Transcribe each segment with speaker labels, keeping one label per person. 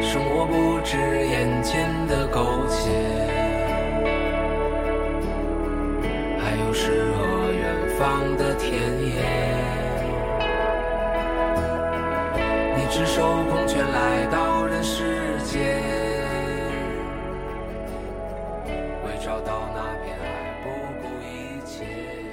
Speaker 1: 生活不止眼前的苟且，还有诗和远方的田野。你赤手空拳来到人世间，为找到那片爱不顾一切。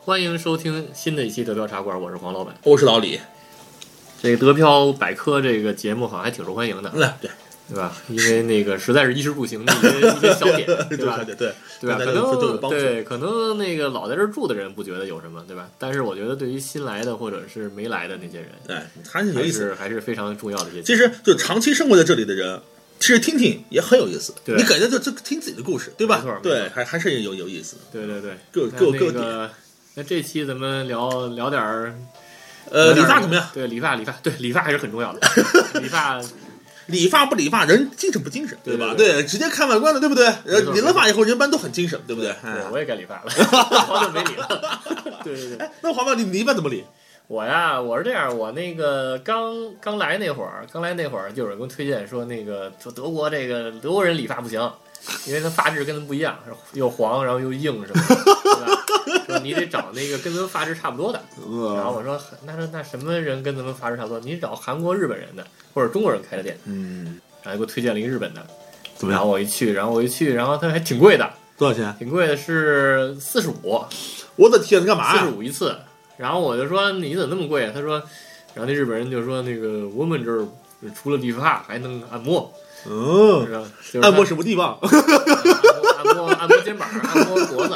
Speaker 2: 欢迎收听新的一期德飘茶馆，我是黄老板。
Speaker 3: 我是老李，
Speaker 2: 这个德飘百科这个节目好像还挺受欢迎的，
Speaker 3: 那对
Speaker 2: 对吧？因为那个实在是衣食不行的一 些一些小点，对吧
Speaker 3: 小？姐对，
Speaker 2: 对吧？
Speaker 3: 大
Speaker 2: 可
Speaker 3: 家都都有
Speaker 2: 能
Speaker 3: 帮助。
Speaker 2: 对，可能那个老在这儿住的人不觉得有什么，对吧？但是我觉得对于新来的或者是没来的那些人，
Speaker 3: 哎，他是有
Speaker 2: 还
Speaker 3: 意思。
Speaker 2: 是还是非常重要的一些。
Speaker 3: 其实就长期生活在这里的人，其实听听也很有意思。
Speaker 2: 对
Speaker 3: 你感觉就就听自己的故事，对吧
Speaker 2: 没错没？错
Speaker 3: 对，还还是有有意思的。
Speaker 2: 对对对，
Speaker 3: 各
Speaker 2: 那
Speaker 3: 各
Speaker 2: 那
Speaker 3: 各
Speaker 2: 个
Speaker 3: 点
Speaker 2: 那这期咱们聊聊点儿，聊
Speaker 3: 呃，理
Speaker 2: 点儿
Speaker 3: 发怎么样？
Speaker 2: 对，理发，理发，对，理发还是很重 要的。理发，
Speaker 3: 理发不理发，人精神不精神，
Speaker 2: 对
Speaker 3: 吧？
Speaker 2: 对
Speaker 3: 对，直接看外观的，对不对？呃
Speaker 2: 没错，
Speaker 3: 理了发以后，人一般都很精神，对不对？
Speaker 2: 对
Speaker 3: 哎
Speaker 2: 我也该理发了， 好久没理了。对对对，
Speaker 3: 哎，那黄毛，你你一般怎么理？
Speaker 2: 我呀，我是这样，我那个刚刚来那会儿，刚来那会儿就有人给我推荐说，那个说德国这个德国人理发不行，因为他发质跟他们不一样，又黄然后又硬什么的，对吧？说你得找那个跟咱们发质差不多的。
Speaker 3: 嗯
Speaker 2: 然后我说，那那那什么人跟咱们发质差不多？你找韩国、日本人的或者中国人开的店。
Speaker 3: 嗯，
Speaker 2: 然后给我推荐了一个日本的，
Speaker 3: 怎
Speaker 2: 然后？我一去，然后我一去，然后他还挺贵的，
Speaker 3: 多少钱？
Speaker 2: 挺贵的是四十五，
Speaker 3: 我的天，干嘛
Speaker 2: 四十
Speaker 3: 呀？
Speaker 2: 五一次。然后我就说你怎么那么贵啊？他说，然后那日本人就说那个我们这儿除了理发还能按摩，
Speaker 3: 嗯，
Speaker 2: 是吧？就是他
Speaker 3: 按摩什么地方？
Speaker 2: 按摩按摩按摩肩膀，按摩脖子。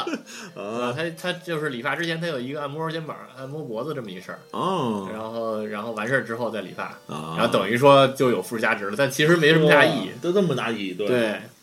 Speaker 2: 啊，
Speaker 3: 啊，
Speaker 2: 他他就是理发之前他有一个按摩肩膀、按摩脖子这么一事儿，
Speaker 3: 哦，
Speaker 2: 然后然后完事儿之后再理发，
Speaker 3: 然
Speaker 2: 然后等于说就有附加值了，但其实没什么大意义。
Speaker 3: 都这么大意义，对
Speaker 2: 对，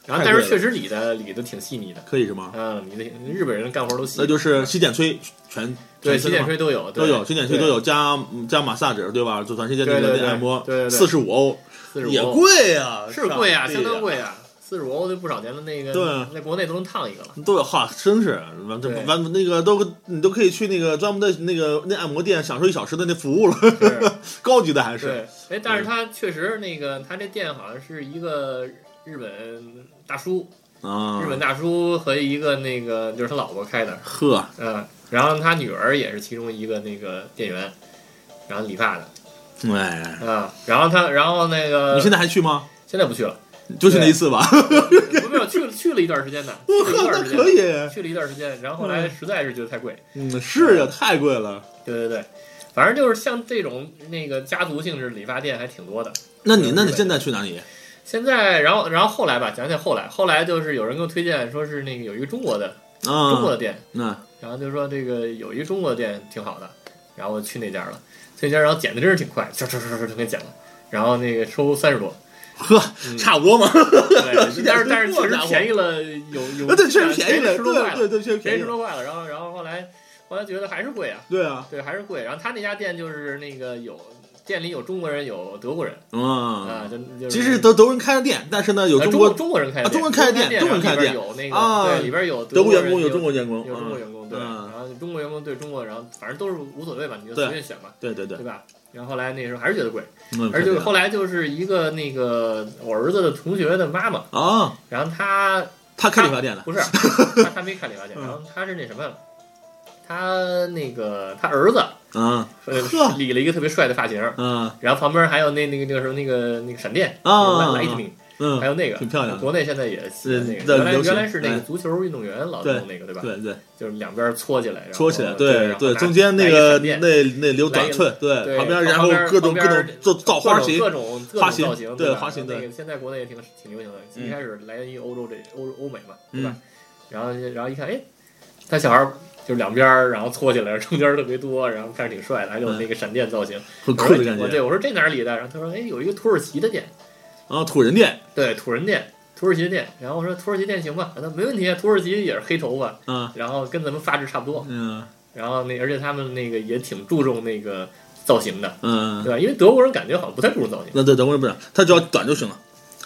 Speaker 2: 然后但是确实理的理的挺细腻的。
Speaker 3: 可以是吗？
Speaker 2: 嗯，你的日本人干活都细，
Speaker 3: 那就是洗剪吹全
Speaker 2: 对
Speaker 3: 全
Speaker 2: 洗
Speaker 3: 身
Speaker 2: 剪
Speaker 3: 嘛
Speaker 2: 吹都有，
Speaker 3: 都
Speaker 2: 对
Speaker 3: 有洗剪吹都有加加马萨指对吧？就咱这些那
Speaker 2: 对对
Speaker 3: 个
Speaker 2: 对
Speaker 3: 那按摩，
Speaker 2: 对对对
Speaker 3: 四十五欧
Speaker 2: 四十
Speaker 3: 也
Speaker 2: 五，
Speaker 3: 贵呀，
Speaker 2: 是贵啊，
Speaker 3: 呃
Speaker 2: 相
Speaker 3: 上帝
Speaker 2: 当。贵啊，四十五欧就不少钱了。那个
Speaker 3: 对啊
Speaker 2: 在国内都能烫一个了。
Speaker 3: 对，哈，真是完这
Speaker 2: 对
Speaker 3: 完那个都你都可以去那个专门的那个那按摩店享受一小时的那服务了，
Speaker 2: 是
Speaker 3: 高级的还是。嗯
Speaker 2: 对，哎，但是他确实那个他这店好像是一个日本大叔，
Speaker 3: 啊，
Speaker 2: 日本大叔和一个那个就是他老婆开的，
Speaker 3: 呵，
Speaker 2: 嗯，然后他女儿也是其中一个那个店员，然后理发的，
Speaker 3: 哎，
Speaker 2: 啊，然后他然后那个
Speaker 3: 你现在还去吗？
Speaker 2: 现在不去 了，
Speaker 3: 就是那一次吧。
Speaker 2: 我没有去了去了一段时间的，
Speaker 3: 我
Speaker 2: 去了一
Speaker 3: 靠，
Speaker 2: 段
Speaker 3: 那
Speaker 2: 时间
Speaker 3: 可以，
Speaker 2: 去了一段时间，然后后来实在是觉得太贵。
Speaker 3: 嗯，是呀，太贵了。
Speaker 2: 对对对，反正就是像这种那个家族性质理发店还挺多的。
Speaker 3: 那你那你现在去哪里？啊
Speaker 2: 现在，然后然后后来吧，讲讲后来，后来就是有人给我推荐说是那个有一个中国的中国
Speaker 3: 啊，
Speaker 2: 的店，
Speaker 3: 那
Speaker 2: 然后就说这个有一个中国的店挺好的，然后我去那家了，那家然后剪的真是挺快，唰唰唰唰就给剪了。然后那个收三十多，
Speaker 3: 呵
Speaker 2: 嗯，
Speaker 3: 差不多嘛。
Speaker 2: 对，但是但是确
Speaker 3: 多
Speaker 2: 实
Speaker 3: 家伙
Speaker 2: 便宜了有有，
Speaker 3: 啊，对，确实便宜了，
Speaker 2: 十多块
Speaker 3: 对
Speaker 2: 了，
Speaker 3: 对对，确实
Speaker 2: 便
Speaker 3: 便
Speaker 2: 宜
Speaker 3: 宜
Speaker 2: 十
Speaker 3: 了，
Speaker 2: 多块了。然后然后后来后来觉得还是贵啊，
Speaker 3: 对啊，
Speaker 2: 对，还是贵。然后他那家店就是那个有店里有中国人，有德国人啊，
Speaker 3: 嗯，
Speaker 2: 就就是
Speaker 3: 其实德德国人开的店，但是呢，有
Speaker 2: 呃
Speaker 3: 中
Speaker 2: 中
Speaker 3: 国
Speaker 2: 中国人开的
Speaker 3: 啊中国人开的
Speaker 2: 店，
Speaker 3: 店
Speaker 2: 中
Speaker 3: 中国人开的
Speaker 2: 然后里边有那个
Speaker 3: 啊
Speaker 2: 对，里边有
Speaker 3: 德国员
Speaker 2: 人
Speaker 3: 工，有
Speaker 2: 有
Speaker 3: 中国员工，
Speaker 2: 有中国
Speaker 3: 嗯，
Speaker 2: 员工，对，
Speaker 3: 嗯
Speaker 2: 然后中国员工对中国，然后反正都是无所谓吧，你就
Speaker 3: 对
Speaker 2: 随便选吧，
Speaker 3: 对对对
Speaker 2: 对，吧？然后后来那时候还是觉得贵，
Speaker 3: 嗯
Speaker 2: 而且
Speaker 3: 对
Speaker 2: 后来就是一个那个我儿子的同学的妈妈，
Speaker 3: 啊，
Speaker 2: 然后 她
Speaker 3: 他开理发店的，
Speaker 2: 不是她她没看理发店，
Speaker 3: 嗯
Speaker 2: 然后她是那什么了，她那个她儿子
Speaker 3: 嗯
Speaker 2: 呃
Speaker 3: 呵
Speaker 2: 理了一个特别帅的发型，
Speaker 3: 嗯
Speaker 2: 然后旁边还有那那个那个什么那个那个闪电
Speaker 3: 啊
Speaker 2: ，lightning，还
Speaker 3: 嗯，
Speaker 2: 有那个
Speaker 3: 挺漂亮的
Speaker 2: 国内现在也是那个
Speaker 3: 对
Speaker 2: 原来
Speaker 3: 流行
Speaker 2: 原来是那个
Speaker 3: 哎
Speaker 2: 足球运动员老弄那个对吧？
Speaker 3: 对对，
Speaker 2: 就是两边搓起来，然后
Speaker 3: 戳起来，
Speaker 2: 对
Speaker 3: 对
Speaker 2: 然后拿
Speaker 3: 中间
Speaker 2: 拿
Speaker 3: 那
Speaker 2: 一个
Speaker 3: 个
Speaker 2: 闪电
Speaker 3: 那那留短寸，
Speaker 2: 对
Speaker 3: 对，旁
Speaker 2: 旁
Speaker 3: 边然后
Speaker 2: 边
Speaker 3: 各种
Speaker 2: 旁
Speaker 3: 各
Speaker 2: 边
Speaker 3: 种造造
Speaker 2: 各
Speaker 3: 花
Speaker 2: 种
Speaker 3: 型
Speaker 2: 各，种各种
Speaker 3: 花型
Speaker 2: 造型
Speaker 3: 对
Speaker 2: 吧
Speaker 3: 花型
Speaker 2: 那
Speaker 3: 对
Speaker 2: 个现在国内也挺挺流行的，
Speaker 3: 嗯
Speaker 2: 一开始来源于欧洲这欧欧美嘛，对吧
Speaker 3: 嗯？
Speaker 2: 然后然后一看，哎，他小孩儿就是两边儿然后搓起来，中间儿特别多，然后看着挺帅的，还有那个闪电造型，
Speaker 3: 很嗯酷的感
Speaker 2: 我对，
Speaker 3: 觉。
Speaker 2: 我说这哪儿里的？然后他说，哎，有一个土耳其的店，
Speaker 3: 然啊后土人店，
Speaker 2: 对，土人店，土耳其店。然后我说土耳其店行吧，那没问题啊，土耳其也是黑头发，
Speaker 3: 啊，
Speaker 2: 然后跟咱们发质差不多。
Speaker 3: 嗯
Speaker 2: 然后那而且他们那个也挺注重那个造型的，对
Speaker 3: 嗯，
Speaker 2: 吧？因为德国人感觉好像不太注重造型，
Speaker 3: 那对德国人不是，他只要短就行了。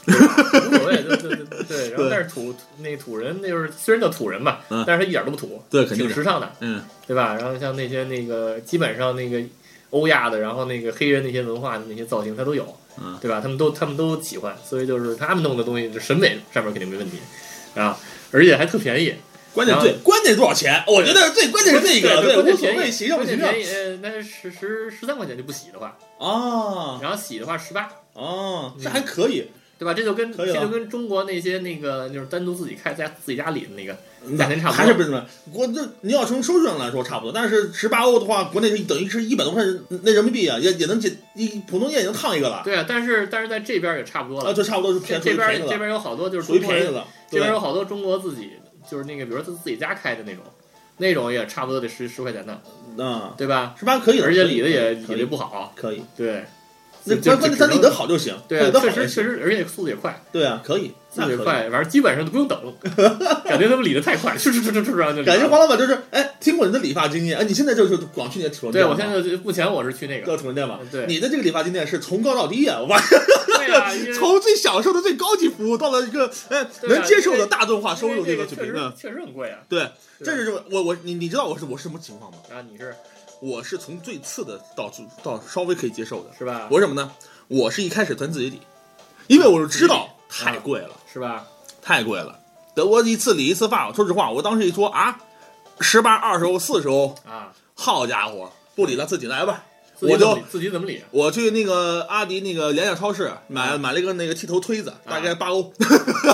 Speaker 2: 无所谓，对对对对。然后
Speaker 3: 对
Speaker 2: 但是土那土人那就是虽然叫土人吧
Speaker 3: 嗯，
Speaker 2: 但是他一点都不土，
Speaker 3: 对，肯定
Speaker 2: 挺
Speaker 3: 是。
Speaker 2: 时尚的，
Speaker 3: 嗯，
Speaker 2: 对吧？然后像那些那个基本上那个欧亚的，然后那个黑人那些文化的那些造型，他都有
Speaker 3: 嗯，
Speaker 2: 对吧？他们都他们都喜欢，所以就是他们弄的东西，就审美上面肯定没问题啊，而且还特便宜。
Speaker 3: 关键
Speaker 2: 然后
Speaker 3: 最关键是多少钱？我觉得最关键是这个，
Speaker 2: 对，
Speaker 3: 无所谓，谁
Speaker 2: 谁
Speaker 3: 要
Speaker 2: 要
Speaker 3: 不谁要
Speaker 2: 便宜？呃，那是十十十三块钱就不洗的话，
Speaker 3: 啊
Speaker 2: 然后洗的话十八，
Speaker 3: 啊，
Speaker 2: 嗯
Speaker 3: 这还可以，
Speaker 2: 对吧？这就跟
Speaker 3: 可以了啊
Speaker 2: 这就跟中国那些那个就是单独自己开在自己家里的那个，
Speaker 3: 嗯
Speaker 2: 价钱差不多
Speaker 3: 还是不是什么？国这你要从收入上来说差不多，但是十八欧的话，国内是等于是一百多块人那人民币啊，也也能解一普通店也能烫一个了，
Speaker 2: 对啊。但是但是在这边也差不多
Speaker 3: 啊，
Speaker 2: 了，
Speaker 3: 就差不多是
Speaker 2: 这
Speaker 3: 便
Speaker 2: 这
Speaker 3: 便宜
Speaker 2: 边
Speaker 3: 的
Speaker 2: 这
Speaker 3: 了，
Speaker 2: 边有好多就是
Speaker 3: 属于
Speaker 2: 中国
Speaker 3: 便宜的
Speaker 2: 人，
Speaker 3: 了，
Speaker 2: 这
Speaker 3: 对
Speaker 2: 边有好多中国自己就是那个，比如说他自己家开的那种，那种也差不多得十十块钱呢，
Speaker 3: 啊，
Speaker 2: 对吧？
Speaker 3: 十八可以了，
Speaker 2: 而且理的也
Speaker 3: 可
Speaker 2: 理
Speaker 3: 以
Speaker 2: 的不好，
Speaker 3: 可以，
Speaker 2: 对，
Speaker 3: 那
Speaker 2: 就
Speaker 3: 关关键他理得，好就行，
Speaker 2: 就只能
Speaker 3: 理得
Speaker 2: 对啊，确
Speaker 3: 好就
Speaker 2: 实确
Speaker 3: 行，
Speaker 2: 实，而且速度也快，
Speaker 3: 对啊，可以，
Speaker 2: 速
Speaker 3: 那
Speaker 2: 度也
Speaker 3: 可以。
Speaker 2: 快，反正基本上都不用等， 感觉他们理的太快，哧哧哧哧哧，然后就
Speaker 3: 感觉
Speaker 2: 我
Speaker 3: 黄老板就是，哎，听过你的理发经验，哎，你现在就是光去你的土人
Speaker 2: 对
Speaker 3: 店吗，
Speaker 2: 我现在就目前我是去那个，
Speaker 3: 叫土人店吧。
Speaker 2: 对，
Speaker 3: 你的这个理发经验是从高到低啊，我发现
Speaker 2: 对啊，因为
Speaker 3: 从最享受的最高级服务到了一个哎
Speaker 2: 对啊
Speaker 3: 能接受的大众化收
Speaker 2: 因为
Speaker 3: 入
Speaker 2: 这
Speaker 3: 这个
Speaker 2: 个
Speaker 3: 水
Speaker 2: 确
Speaker 3: 平
Speaker 2: 实
Speaker 3: 的。
Speaker 2: 确实很贵啊，
Speaker 3: 对，
Speaker 2: 对
Speaker 3: 这是我我你你知道我是我是什么情况吗？
Speaker 2: 啊，你是
Speaker 3: 我是从最次的到最到稍微可以接受的。
Speaker 2: 是吧？
Speaker 3: 我是什么呢？我是一开始吞自己理，因为我知道太贵了，
Speaker 2: 是吧？
Speaker 3: 太贵了。德国一次理一次发，说实话，我当时一说啊，十八、二十欧、四十欧，
Speaker 2: 啊，
Speaker 3: 好家伙，不理了，自己来吧。
Speaker 2: 自己
Speaker 3: 我
Speaker 2: 怎
Speaker 3: 就
Speaker 2: 么理自己怎么 理啊？
Speaker 3: 我去那个阿迪那个廉价超市买
Speaker 2: 嗯
Speaker 3: 买了一个那个剃头推子，大概八欧，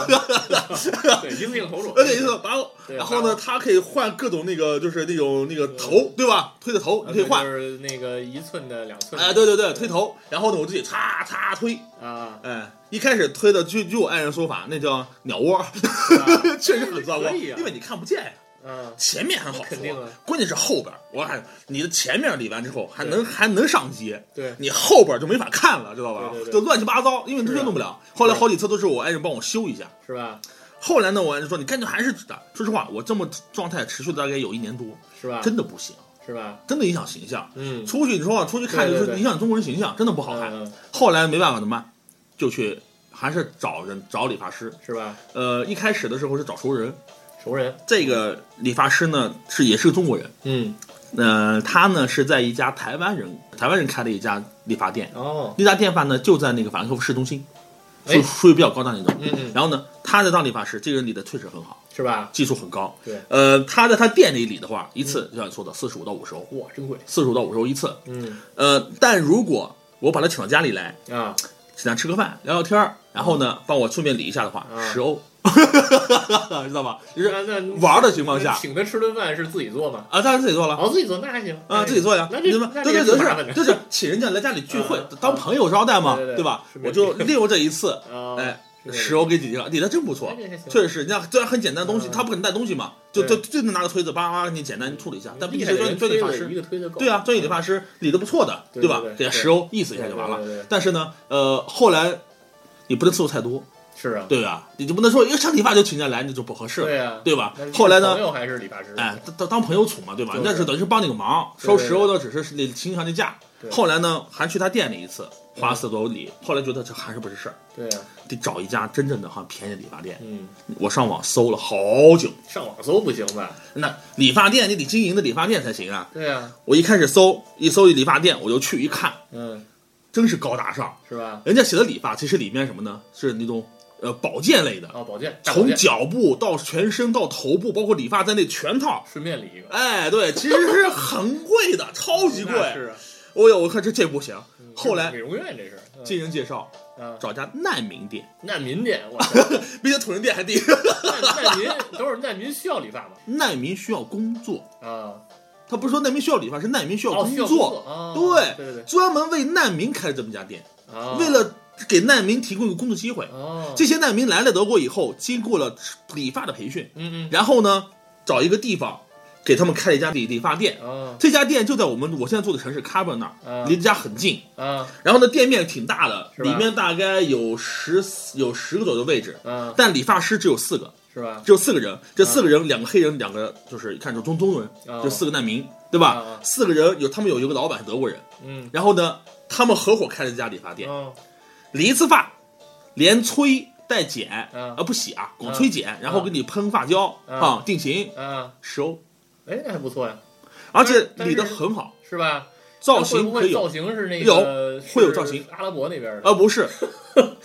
Speaker 2: 对，一次性投入，
Speaker 3: 而且一次八欧。
Speaker 2: 对
Speaker 3: 然后
Speaker 2: 八
Speaker 3: 呢，
Speaker 2: 欧
Speaker 3: 它可以换各种那个就是那种那个头，对吧？推的头你可以换
Speaker 2: 就，是啊那个一寸的、两寸的，
Speaker 3: 哎，对对对，推头。然后呢，我自己擦擦推，
Speaker 2: 啊，
Speaker 3: 哎，一开始推的，据据我爱人说法，那叫鸟窝，
Speaker 2: 是吧
Speaker 3: 确实很糟糕，
Speaker 2: 可以啊
Speaker 3: 因为你看不见呀。
Speaker 2: 嗯，
Speaker 3: 前面还好
Speaker 2: 肯定
Speaker 3: 说
Speaker 2: 啊，
Speaker 3: 关键是后边儿，我看你的前面理完之后还
Speaker 2: 对
Speaker 3: 能还能上街，
Speaker 2: 对，
Speaker 3: 你后边就没法看了，知道吧？
Speaker 2: 对对对
Speaker 3: 就乱七八糟，因为你推
Speaker 2: 是啊
Speaker 3: 弄不了。后来好几次都是我爱人帮我修一下。
Speaker 2: 是吧？
Speaker 3: 后来呢，我爱人说你干脆还是打。说实话，我这么状态持续了大概有一年多，
Speaker 2: 是吧？
Speaker 3: 真的不行，
Speaker 2: 是吧？
Speaker 3: 真的影响形象。
Speaker 2: 嗯，
Speaker 3: 出去你说话，出去看
Speaker 2: 对对
Speaker 3: 就是
Speaker 2: 对
Speaker 3: 影响中国人形象，真的不好看。
Speaker 2: 嗯，
Speaker 3: 后来没办法怎么办？就去还是找人找理发师。
Speaker 2: 是吧？
Speaker 3: 呃，一开始的时候是找熟人，
Speaker 2: 熟人，
Speaker 3: 这个理发师呢是也是个中国人，
Speaker 2: 嗯，
Speaker 3: 呃，他呢是在一家台湾人台湾人开的一家理发店，
Speaker 2: 哦，
Speaker 3: 那家店饭呢就在那个法兰克福市中心，
Speaker 2: 哎
Speaker 3: 属属于比较高档那种。
Speaker 2: 嗯嗯，
Speaker 3: 然后呢，他在当理发师，这个人理的确实很好，
Speaker 2: 是吧？
Speaker 3: 技术很高。
Speaker 2: 对，
Speaker 3: 呃，他在他店里理的话，一次就像你说的四十五到五十欧，
Speaker 2: 哇，真贵，
Speaker 3: 四十五到五十欧一次。
Speaker 2: 嗯
Speaker 3: 呃，但如果我把他请到家里来，
Speaker 2: 啊，
Speaker 3: 请他吃个饭、聊聊天儿，然后呢帮我顺便理一下的话，
Speaker 2: 啊
Speaker 3: 十欧， 知道吧？就是
Speaker 2: 那那
Speaker 3: 玩儿的情况
Speaker 2: 那
Speaker 3: 下
Speaker 2: 请他吃顿饭是自己做吗？
Speaker 3: 啊，当然自己做了。
Speaker 2: 哦，自己做那还行
Speaker 3: 啊，自己做呀，
Speaker 2: 那
Speaker 3: 你
Speaker 2: 这
Speaker 3: 怎么
Speaker 2: 那
Speaker 3: 对
Speaker 2: 这
Speaker 3: 对
Speaker 2: 也
Speaker 3: 对，
Speaker 2: 挺麻
Speaker 3: 就
Speaker 2: 烦
Speaker 3: 是
Speaker 2: 的
Speaker 3: 就是请人家来家里聚会
Speaker 2: 啊，
Speaker 3: 当朋友招待嘛，
Speaker 2: 对对对
Speaker 3: 吧
Speaker 2: 是？没
Speaker 3: 我就
Speaker 2: 问题
Speaker 3: 利用这一次，
Speaker 2: 啊，
Speaker 3: 哎，
Speaker 2: 是这个
Speaker 3: 十欧给姐姐了，理的真不错
Speaker 2: 哎，这还行
Speaker 3: 确实是。你看，虽然很简单的东西，
Speaker 2: 嗯
Speaker 3: 他不给你带东西嘛，就就
Speaker 2: 对
Speaker 3: 就能拿个推子叭叭给你简单处理一下，但毕
Speaker 2: 厉
Speaker 3: 竟
Speaker 2: 害
Speaker 3: 是
Speaker 2: 的人
Speaker 3: 专专业
Speaker 2: 推
Speaker 3: 法
Speaker 2: 了一
Speaker 3: 师，
Speaker 2: 个推就够，
Speaker 3: 对啊，专业理发师理的不错的，
Speaker 2: 对
Speaker 3: 吧
Speaker 2: 对对？
Speaker 3: 给他
Speaker 2: 对
Speaker 3: 十欧意思一下就完了。
Speaker 2: 了，
Speaker 3: 但是呢，呃，后来你不能次数太多，
Speaker 2: 是啊，
Speaker 3: 对吧？你就不能说一个想理发就请人家来，那就不合适了，
Speaker 2: 对啊，
Speaker 3: 对吧
Speaker 2: 那是？
Speaker 3: 后来呢
Speaker 2: 朋，友还是理发师，
Speaker 3: 哎，当当当朋友处嘛，对吧？
Speaker 2: 就是
Speaker 3: 那是等于是帮你个忙，
Speaker 2: 对
Speaker 3: 收
Speaker 2: 对
Speaker 3: 十欧呢，只是得请上的假。
Speaker 2: 对
Speaker 3: 后来呢，还去他店里一次，花四欧里。后来觉得这还是不是事儿，
Speaker 2: 对啊，
Speaker 3: 得找一家真正的好像便宜的理发店。
Speaker 2: 嗯，
Speaker 3: 我上网搜了好久，
Speaker 2: 上网搜不行吧？
Speaker 3: 那理发店你得经营的理发店才行啊。
Speaker 2: 对啊，
Speaker 3: 我一开始搜一搜理发店，我就去一看，
Speaker 2: 嗯，
Speaker 3: 真是高大上。
Speaker 2: 是吧？
Speaker 3: 人家写的理发其实里面什么呢？是那种呃保健类的，
Speaker 2: 哦，保健，大保
Speaker 3: 从
Speaker 2: 健
Speaker 3: 脚部到全身到头部，包括理发在内全套。
Speaker 2: 顺便理一个，
Speaker 3: 哎，对，其实是很贵的，超级贵。
Speaker 2: 那是啊。
Speaker 3: 我有，我看这这不行。
Speaker 2: 嗯
Speaker 3: 后来
Speaker 2: 美容院这是嗯
Speaker 3: 经人介绍，
Speaker 2: 啊，
Speaker 3: 找家难民店，
Speaker 2: 难民店，我 操，
Speaker 3: 比这土人店还低。
Speaker 2: 难难民等会儿难民需要理发吗？
Speaker 3: 难民需要工作，
Speaker 2: 啊，
Speaker 3: 他不是说难民需要理发，是难民需要
Speaker 2: 哦，
Speaker 3: 工
Speaker 2: 需
Speaker 3: 作，
Speaker 2: 要工作啊，
Speaker 3: 对
Speaker 2: 对对
Speaker 3: 专门为难民开了这么一家店，
Speaker 2: 对，啊
Speaker 3: 为了给难民提供一个工作机会。
Speaker 2: 哦，
Speaker 3: 这些难民来了德国以后，经过了理发的培训，
Speaker 2: 嗯嗯，
Speaker 3: 然后呢，找一个地方。给他们开了一家理理发店，
Speaker 2: 啊
Speaker 3: 这家店就在我们我现在住的城市 c a b e r 那儿，
Speaker 2: 嗯
Speaker 3: 离家很近。
Speaker 2: 啊
Speaker 3: 然后呢，店面挺大的，
Speaker 2: 是吧
Speaker 3: 里面大概有十有十个左右的位置，
Speaker 2: 啊，
Speaker 3: 但理发师只有四个，
Speaker 2: 是吧？
Speaker 3: 只有四个人，这四个人，两个黑人，两个就是看着中东人，
Speaker 2: 哦
Speaker 3: 就四个难民，对吧
Speaker 2: 哦？
Speaker 3: 四个人有他们有一个老板是德国人，
Speaker 2: 嗯，
Speaker 3: 然后呢，他们合伙开了一家理发店，
Speaker 2: 嗯
Speaker 3: 理一次发，连吹带剪
Speaker 2: 嗯
Speaker 3: 啊不洗啊，光吹剪，然后
Speaker 2: 嗯
Speaker 3: 给你喷发胶
Speaker 2: 嗯
Speaker 3: 啊，定型
Speaker 2: 啊，
Speaker 3: 十欧，
Speaker 2: 哎，那还不错呀，
Speaker 3: 而且
Speaker 2: 但是
Speaker 3: 理得很好，
Speaker 2: 是吧？
Speaker 3: 造
Speaker 2: 那会
Speaker 3: 型
Speaker 2: 不
Speaker 3: 可
Speaker 2: 会
Speaker 3: 以
Speaker 2: 造
Speaker 3: 有，
Speaker 2: 型是那个
Speaker 3: 有
Speaker 2: 是
Speaker 3: 会有造型
Speaker 2: 阿拉伯那边的
Speaker 3: 啊不 是，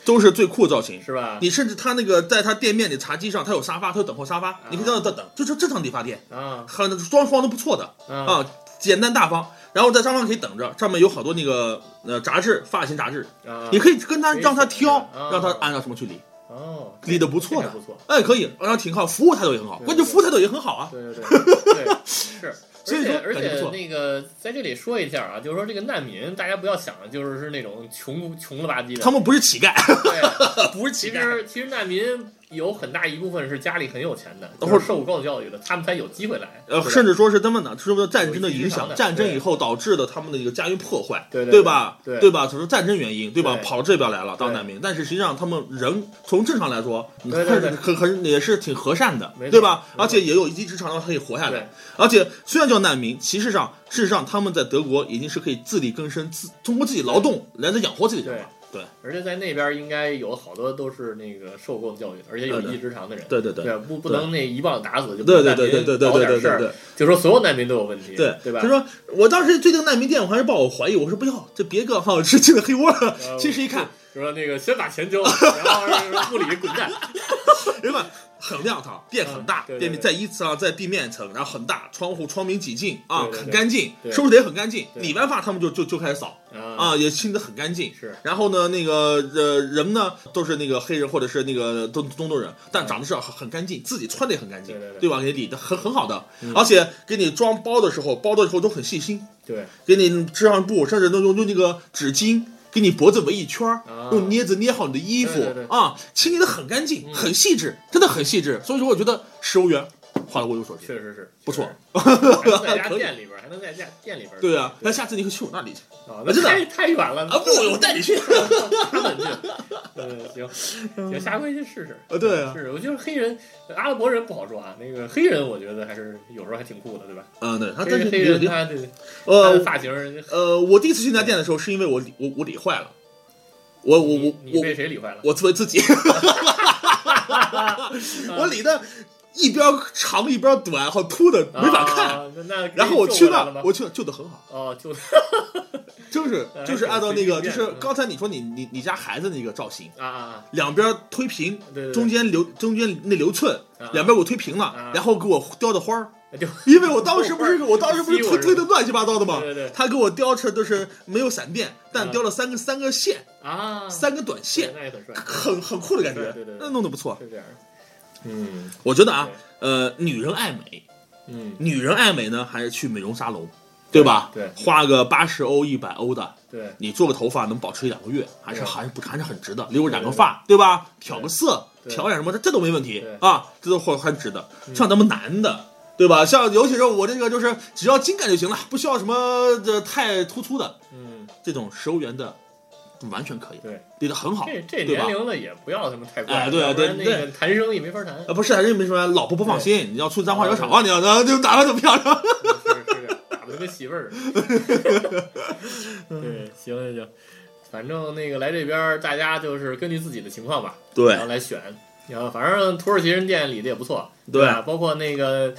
Speaker 3: 都是最酷的造型。
Speaker 2: 是吧？
Speaker 3: 你甚至他那个在他店面里茶几上，他有沙发，他有等候沙发，你可以在那等等，就是正常理发店，
Speaker 2: 啊
Speaker 3: 很装潢都不错的
Speaker 2: 啊
Speaker 3: 啊，简单大方。然后在沙发上可以等着，上面有好多那个呃杂志，发型杂志，
Speaker 2: 啊
Speaker 3: 你可以跟他
Speaker 2: 可以
Speaker 3: 让他
Speaker 2: 选
Speaker 3: 挑
Speaker 2: 择啊，
Speaker 3: 让他按照什么去理，
Speaker 2: 哦，
Speaker 3: 理得不错
Speaker 2: 这
Speaker 3: 的
Speaker 2: 还不错，
Speaker 3: 哎，可以，然后挺好，服务态度也很好，
Speaker 2: 对
Speaker 3: 关键服务态度也很好啊。
Speaker 2: 对对对对，是。
Speaker 3: 所
Speaker 2: 而
Speaker 3: 以
Speaker 2: 且
Speaker 3: 说
Speaker 2: 而
Speaker 3: 感觉不
Speaker 2: 且
Speaker 3: 错
Speaker 2: 那个在这里说一下啊，就是说这个难民，大家不要想的就是是那种穷穷了吧唧的，
Speaker 3: 他们不是乞丐，
Speaker 2: 对，啊
Speaker 3: 不是乞
Speaker 2: 其
Speaker 3: 丐，
Speaker 2: 实其实难民有很大一部分是家里很有钱的，
Speaker 3: 或
Speaker 2: 或
Speaker 3: 者
Speaker 2: 者受高教育的，他们才有机会来，
Speaker 3: 呃，
Speaker 2: 是吧
Speaker 3: 甚至说是他们呢，受到战争的影
Speaker 2: 有一
Speaker 3: 响，
Speaker 2: 定
Speaker 3: 战争
Speaker 2: 对
Speaker 3: 以后导致的他们的一个家园破坏，
Speaker 2: 对对
Speaker 3: 对吧？
Speaker 2: 对
Speaker 3: 对吧？就是战争原因，对吧？
Speaker 2: 对
Speaker 3: 跑这边来了当
Speaker 2: 对
Speaker 3: 难民，但是实际上他们人从正常来说，你
Speaker 2: 对
Speaker 3: 看
Speaker 2: 对对
Speaker 3: 可可是也是挺和善的
Speaker 2: 没，错
Speaker 3: 对吧？
Speaker 2: 没错
Speaker 3: 而且也有一技之长让他可以活下
Speaker 2: 对
Speaker 3: 来。而且虽然叫难民，其实上事实上他们在德国已经是可以自力更生，自通过自己劳动来能养活自己的人了。对
Speaker 2: 而且在那边应该有好多都是那个受够教育的，而且有一技之长的人。
Speaker 3: 对对对
Speaker 2: 对，不不能那一棒打死就
Speaker 3: 对对对对对对
Speaker 2: 搞
Speaker 3: 对
Speaker 2: 点
Speaker 3: 对
Speaker 2: 事
Speaker 3: 对
Speaker 2: 儿
Speaker 3: 对。
Speaker 2: 就说所有难民都有问题，
Speaker 3: 对
Speaker 2: 对吧？
Speaker 3: 所以说我当时对这个难民店我还是抱有怀疑，我说不要，这别个好像是进了黑窝了。
Speaker 2: 呃
Speaker 3: 其实一看，
Speaker 2: 就说那个先把钱交了，然后不理滚蛋，
Speaker 3: 人们很亮堂，店很大，
Speaker 2: 嗯对对
Speaker 3: 店面
Speaker 2: 对
Speaker 3: 在一层啊，在地面层，然后很大，窗户窗明几净啊，
Speaker 2: 对对对
Speaker 3: 很干净，
Speaker 2: 对
Speaker 3: 收拾得也很干净。
Speaker 2: 对
Speaker 3: 理完发他们就就就开始扫
Speaker 2: 啊
Speaker 3: 啊，也清得很干净。
Speaker 2: 是
Speaker 3: 然后呢，那个呃人呢都是那个黑人或者是那个东东东人，但长得是很很干净，自己穿的也很干净
Speaker 2: 对对，对嗯
Speaker 3: 吧？给你理的很很好的，而且给你装包的时候，包的时候都很细心，
Speaker 2: 对，
Speaker 3: 给你织上布，甚至都用用那个纸巾给你脖子围一圈儿
Speaker 2: 啊，
Speaker 3: 用镊子捏好你的衣服
Speaker 2: 对对对嗯
Speaker 3: 啊，清理的很干净，很细致，真的很细致。所以说，我觉得十欧元花了我有所值。
Speaker 2: 确实是
Speaker 3: 不错，
Speaker 2: 确实是还能在家
Speaker 3: 可以
Speaker 2: 店里边儿，还能在家店里边儿，
Speaker 3: 对啊，那下次你可以去我那里去
Speaker 2: 啊，那
Speaker 3: 真的
Speaker 2: 太太远了
Speaker 3: 啊！不， 我带你去。
Speaker 2: 根本就，嗯，行 行，下回去试试。
Speaker 3: 呃对啊
Speaker 2: 试试。我觉得黑人、阿拉伯人不好说啊，那个黑人我觉得还是有时候还挺酷的，对吧？
Speaker 3: 嗯，对，他
Speaker 2: 黑
Speaker 3: 但是
Speaker 2: 人黑人他的他的
Speaker 3: 呃
Speaker 2: 发型儿，人家
Speaker 3: 呃，我第一次去那家店的时候，是因为我理我我理坏了，我我
Speaker 2: 你
Speaker 3: 我
Speaker 2: 你
Speaker 3: 我
Speaker 2: 被谁理坏了？
Speaker 3: 我自为 自己，我理的一边长一边短，然后秃的没法看。
Speaker 2: 啊。那那
Speaker 3: 然后我去
Speaker 2: 那
Speaker 3: 那，我去那救的很好。
Speaker 2: 哦，就
Speaker 3: 就是
Speaker 2: 呃
Speaker 3: 就是按照那个，
Speaker 2: 还
Speaker 3: 就
Speaker 2: 挺
Speaker 3: 是
Speaker 2: 随便的
Speaker 3: 刚才你说你你你家孩子那个造型，
Speaker 2: 啊啊
Speaker 3: 两边推平
Speaker 2: 对对，对
Speaker 3: 中间留中间那留寸
Speaker 2: 啊，
Speaker 3: 两边给我推平了
Speaker 2: 啊，
Speaker 3: 然后给我雕的花儿。
Speaker 2: 啊，就
Speaker 3: 因为我当时不是我当时不是
Speaker 2: 你欺
Speaker 3: 推
Speaker 2: 我是吧
Speaker 3: 推的乱七八糟的嘛
Speaker 2: 对对对，
Speaker 3: 他给我雕成就是没有闪电，但
Speaker 2: 啊
Speaker 3: 雕了三个三个线，
Speaker 2: 啊，
Speaker 3: 三个短线，
Speaker 2: 那也很帅，
Speaker 3: 很很酷的感觉
Speaker 2: 对对对，对
Speaker 3: 那弄得不错。
Speaker 2: 是这样的。嗯
Speaker 3: 我觉得啊，呃，女人爱美，
Speaker 2: 嗯，
Speaker 3: 女人爱美呢，还是去美容沙龙，对吧？
Speaker 2: 对
Speaker 3: 花个八十欧一百欧的，
Speaker 2: 对
Speaker 3: 你做个头发能保持一两个月，还是
Speaker 2: 对啊
Speaker 3: 还是不还是很值的。留个染个发，对吧？漂个色，
Speaker 2: 对
Speaker 3: 调染什么的，这都没问题
Speaker 2: 对嗯
Speaker 3: 啊，这都还还值的。像咱们男的，对吧？像尤其是我这个，就是只要精干就行了，不需要什么这太突出的，
Speaker 2: 嗯，
Speaker 3: 这种十欧元的完全可以，
Speaker 2: 对，
Speaker 3: 理得很好，
Speaker 2: 这这
Speaker 3: 对吧
Speaker 2: 年？龄的也不要什么太怪
Speaker 3: 哎
Speaker 2: 了，
Speaker 3: 对
Speaker 2: 要不然
Speaker 3: 对
Speaker 2: 那
Speaker 3: 对
Speaker 2: 个谈生意没法 谈。
Speaker 3: 啊，不是，还是没说，老婆不放心，你要出脏话有场啊，你要啊就打扮怎么漂亮？
Speaker 2: 是是，打不跟媳妇 儿。对，行行行，反正那个来这边儿，大家就是根据自己的情况吧，
Speaker 3: 对
Speaker 2: 然后来选。然后反正土耳其人店理的也不错，
Speaker 3: 对啊
Speaker 2: 吧？包括那个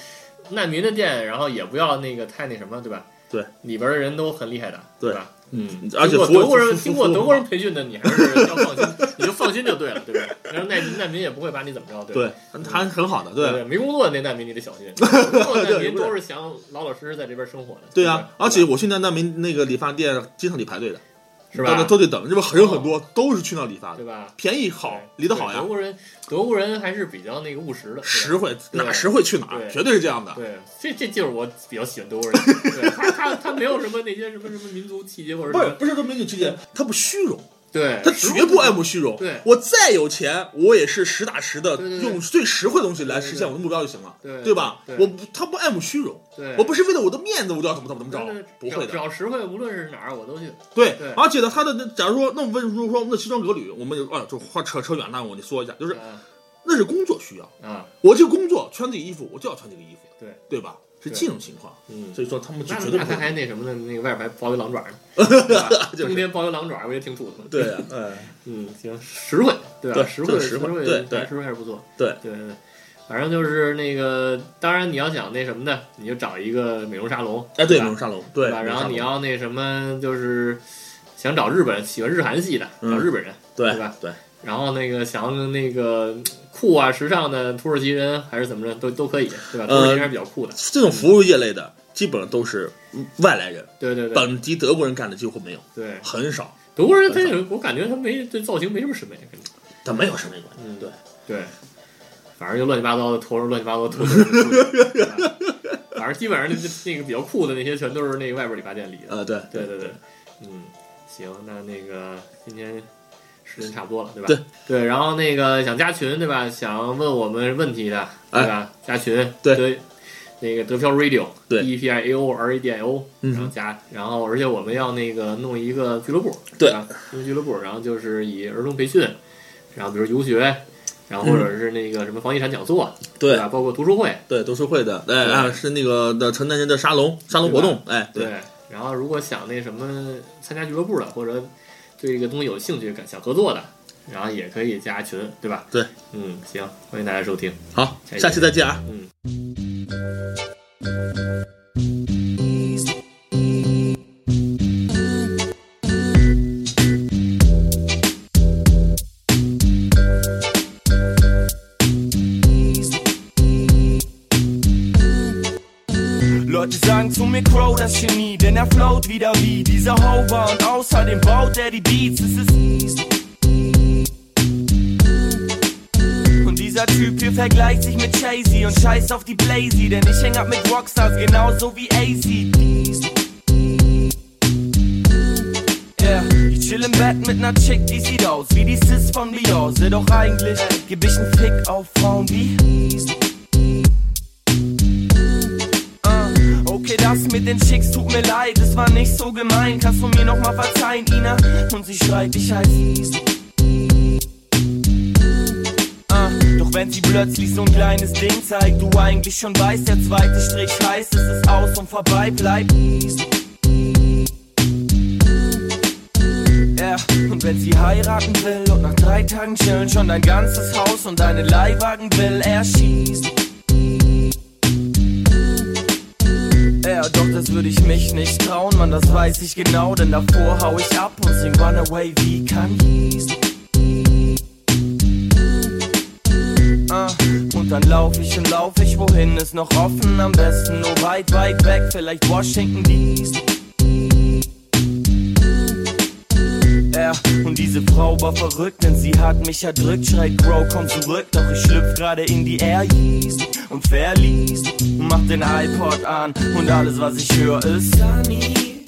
Speaker 2: 难民的店，然后也不要那个太那什么，对吧？
Speaker 3: 对，
Speaker 2: 里边儿的人都很厉害的，
Speaker 3: 对
Speaker 2: 吧？
Speaker 3: 嗯
Speaker 2: 嗯，
Speaker 3: 而且
Speaker 2: 经过
Speaker 3: 服务
Speaker 2: 德国
Speaker 3: 服
Speaker 2: 人
Speaker 3: 务
Speaker 2: 经过
Speaker 3: 服务
Speaker 2: 德国人培训的，你还是要放心， 你就放心就对了，对吧？然后难民难民也不会把你怎么着，对吧？
Speaker 3: 对，还很好的，
Speaker 2: 对
Speaker 3: 对。啊
Speaker 2: 没工作的那难民你得小 心，工作的难民
Speaker 3: 对
Speaker 2: 都是想老老实实在这边生活的。
Speaker 3: 对
Speaker 2: 吧
Speaker 3: 啊，而且我去那那民那个理发店，经常得排队的，
Speaker 2: 是
Speaker 3: 大
Speaker 2: 吧
Speaker 3: 家？都得等，因为人很多，都是去那理发的
Speaker 2: 对，吧？
Speaker 3: 便宜好，
Speaker 2: 对
Speaker 3: 理得好呀
Speaker 2: 德，国人，德国人还是比较那个务实的，
Speaker 3: 实
Speaker 2: 对吧。
Speaker 3: 惠
Speaker 2: 对
Speaker 3: 哪实惠去哪儿，
Speaker 2: 对
Speaker 3: 绝对是这样的。
Speaker 2: 对，这这就是我比较喜欢德国人，对他他他没有什么那些什么什么民族气节或者
Speaker 3: 不
Speaker 2: 什
Speaker 3: 是
Speaker 2: 么
Speaker 3: 不是说美女之间，他不虚荣，
Speaker 2: 对，
Speaker 3: 他绝不爱慕虚荣。
Speaker 2: 对
Speaker 3: 我再有钱，我也是实打实的
Speaker 2: 对对对
Speaker 3: 用最实惠的东西来实
Speaker 2: 对
Speaker 3: 现
Speaker 2: 对对
Speaker 3: 我的目标就行了，
Speaker 2: 对
Speaker 3: 吧？
Speaker 2: 对
Speaker 3: 我不，他不爱慕虚荣，
Speaker 2: 对，
Speaker 3: 我不是为了我的面子，我就要怎么怎么怎么
Speaker 2: 对
Speaker 3: 着
Speaker 2: 对，
Speaker 3: 不
Speaker 2: 只
Speaker 3: 会
Speaker 2: 只
Speaker 3: 的。
Speaker 2: 要实惠，无论是哪儿我都去。
Speaker 3: 对
Speaker 2: 对，
Speaker 3: 而且呢，他的那假如说，那我们为什么说我们的西装革履，我们有啊，就话扯扯远了，我得说一下，就是嗯
Speaker 2: 啊
Speaker 3: 那是工作需要，
Speaker 2: 啊，
Speaker 3: 我这个工作穿这个衣服，我就要穿这个衣服，
Speaker 2: 对
Speaker 3: 对吧？是
Speaker 2: 对
Speaker 3: 这种情况，
Speaker 2: 嗯，
Speaker 3: 所以说他们就
Speaker 2: 那
Speaker 3: 绝对
Speaker 2: 那
Speaker 3: 不
Speaker 2: 他
Speaker 3: 会。
Speaker 2: 还那什么呢？那个外边还包一狼爪呢， 对吧
Speaker 3: 就是
Speaker 2: 冬天包一狼爪，我也挺土的。
Speaker 3: 对，啊，哎，
Speaker 2: 嗯，行，实惠，对吧？
Speaker 3: 对
Speaker 2: 实
Speaker 3: 这
Speaker 2: 惠，
Speaker 3: 个实惠
Speaker 2: 惠，
Speaker 3: 对对
Speaker 2: 实惠还是不错。
Speaker 3: 对
Speaker 2: 对对，反正就是那个，当然你要想那什么的，你就找一个美容沙龙，
Speaker 3: 哎，对，
Speaker 2: 吧
Speaker 3: 美容沙龙，对，
Speaker 2: 吧？
Speaker 3: 美容
Speaker 2: 然
Speaker 3: 沙
Speaker 2: 后
Speaker 3: 龙
Speaker 2: 你要那什么，就是想找日本喜欢日韩系的，
Speaker 3: 嗯
Speaker 2: 找日本人。
Speaker 3: 对
Speaker 2: 对吧
Speaker 3: 对，
Speaker 2: 然后那个想那个嗯酷啊、时尚的土耳其人还是怎么着，都都可以，对吧？土耳其人还是比较酷的，
Speaker 3: 这种服务业类的，基本上都是外来人，
Speaker 2: 对对对
Speaker 3: 本地德国人干的几乎没有，
Speaker 2: 对。
Speaker 3: 很少，
Speaker 2: 德国人他有，我感觉他没对造型没什么审美，感觉
Speaker 3: 但没有审美观念。
Speaker 2: 嗯
Speaker 3: 对，
Speaker 2: 对，反正就乱七八糟的头上乱七八糟的头发 对吧反正基本上那那个比较酷的那些全都是那个外边理发店理的，
Speaker 3: 呃，对，
Speaker 2: 对对对，嗯，行，那那个今天时间差不多了，对吧？
Speaker 3: 对
Speaker 2: 对，然后那个想加群对吧？想问我们问题的对吧？加群
Speaker 3: 哎对
Speaker 2: 那个德飘 radio
Speaker 3: 对
Speaker 2: e p i a o r a d i o，
Speaker 3: 嗯
Speaker 2: 然后加，然后而且我们要那个弄一个俱乐部，
Speaker 3: 对
Speaker 2: 吧？弄俱乐部，然后就是以儿童培训，然后比如游学。然后或者是那个什么房地产讲座，对
Speaker 3: 嗯对
Speaker 2: 吧？包括读书会，
Speaker 3: 对，读书会的，哎啊，是那个的成年人的沙龙沙龙活动，哎，对，
Speaker 2: 对，然后如果想那什么参加俱乐部的，或者对这个东西有兴趣、想合作的，然后也可以加群，对吧？
Speaker 3: 对，
Speaker 2: 嗯，行，欢迎大家收听。
Speaker 3: 好，
Speaker 2: 下一
Speaker 3: 下期再见啊。
Speaker 2: 嗯。
Speaker 4: Leute sagen zu mir Crow das Genie, denn er float wieder wie dieser Hover und außerdem baut er die Beats, es ist Und dieser Typ hier vergleicht sich mit Jay-Z und scheißt auf die Blazy, denn ich häng ab mit Rockstars genauso wie AC. Yeah. Ich chill im Bett mit ner Chick, die sieht aus wie die Sis von Beyoncé, doch eigentlich geb ich einen Fick auf Frauen wie Äh, Okay, das mit den Chicks tut mir leid, es war nicht so gemein. Kannst du mir nochmal verzeihen, Ina? Und sie schreit, ich heiß. Äh, Doch wenn sie plötzlich so ein kleines Ding zeigt, du eigentlich schon weißt, der zweite Strich heißt, es ist aus und vorbei bleibt. Ja, und wenn sie heiraten will und nach drei Tagen chillen schon dein ganzes Haus und deine Leihwagen will, er schießt. Ja, doch das würde ich mich nicht trauen, Mann, das weiß ich genau, denn davor hau ich ab und sing Runaway wie Kanye. Ah, und dann lauf ich und lauf ich, wohin ist noch offen, am besten nur weit, weit weg, vielleicht Washington DC. Ja, und diese Frau war verrückt, denn sie hat mich erdrückt, schreit Bro, komm zurück, doch ich schlüpf gerade in die Air und verließ und mach den iPod an und alles was ich höre ist Sunny Ah, Ah, Ah,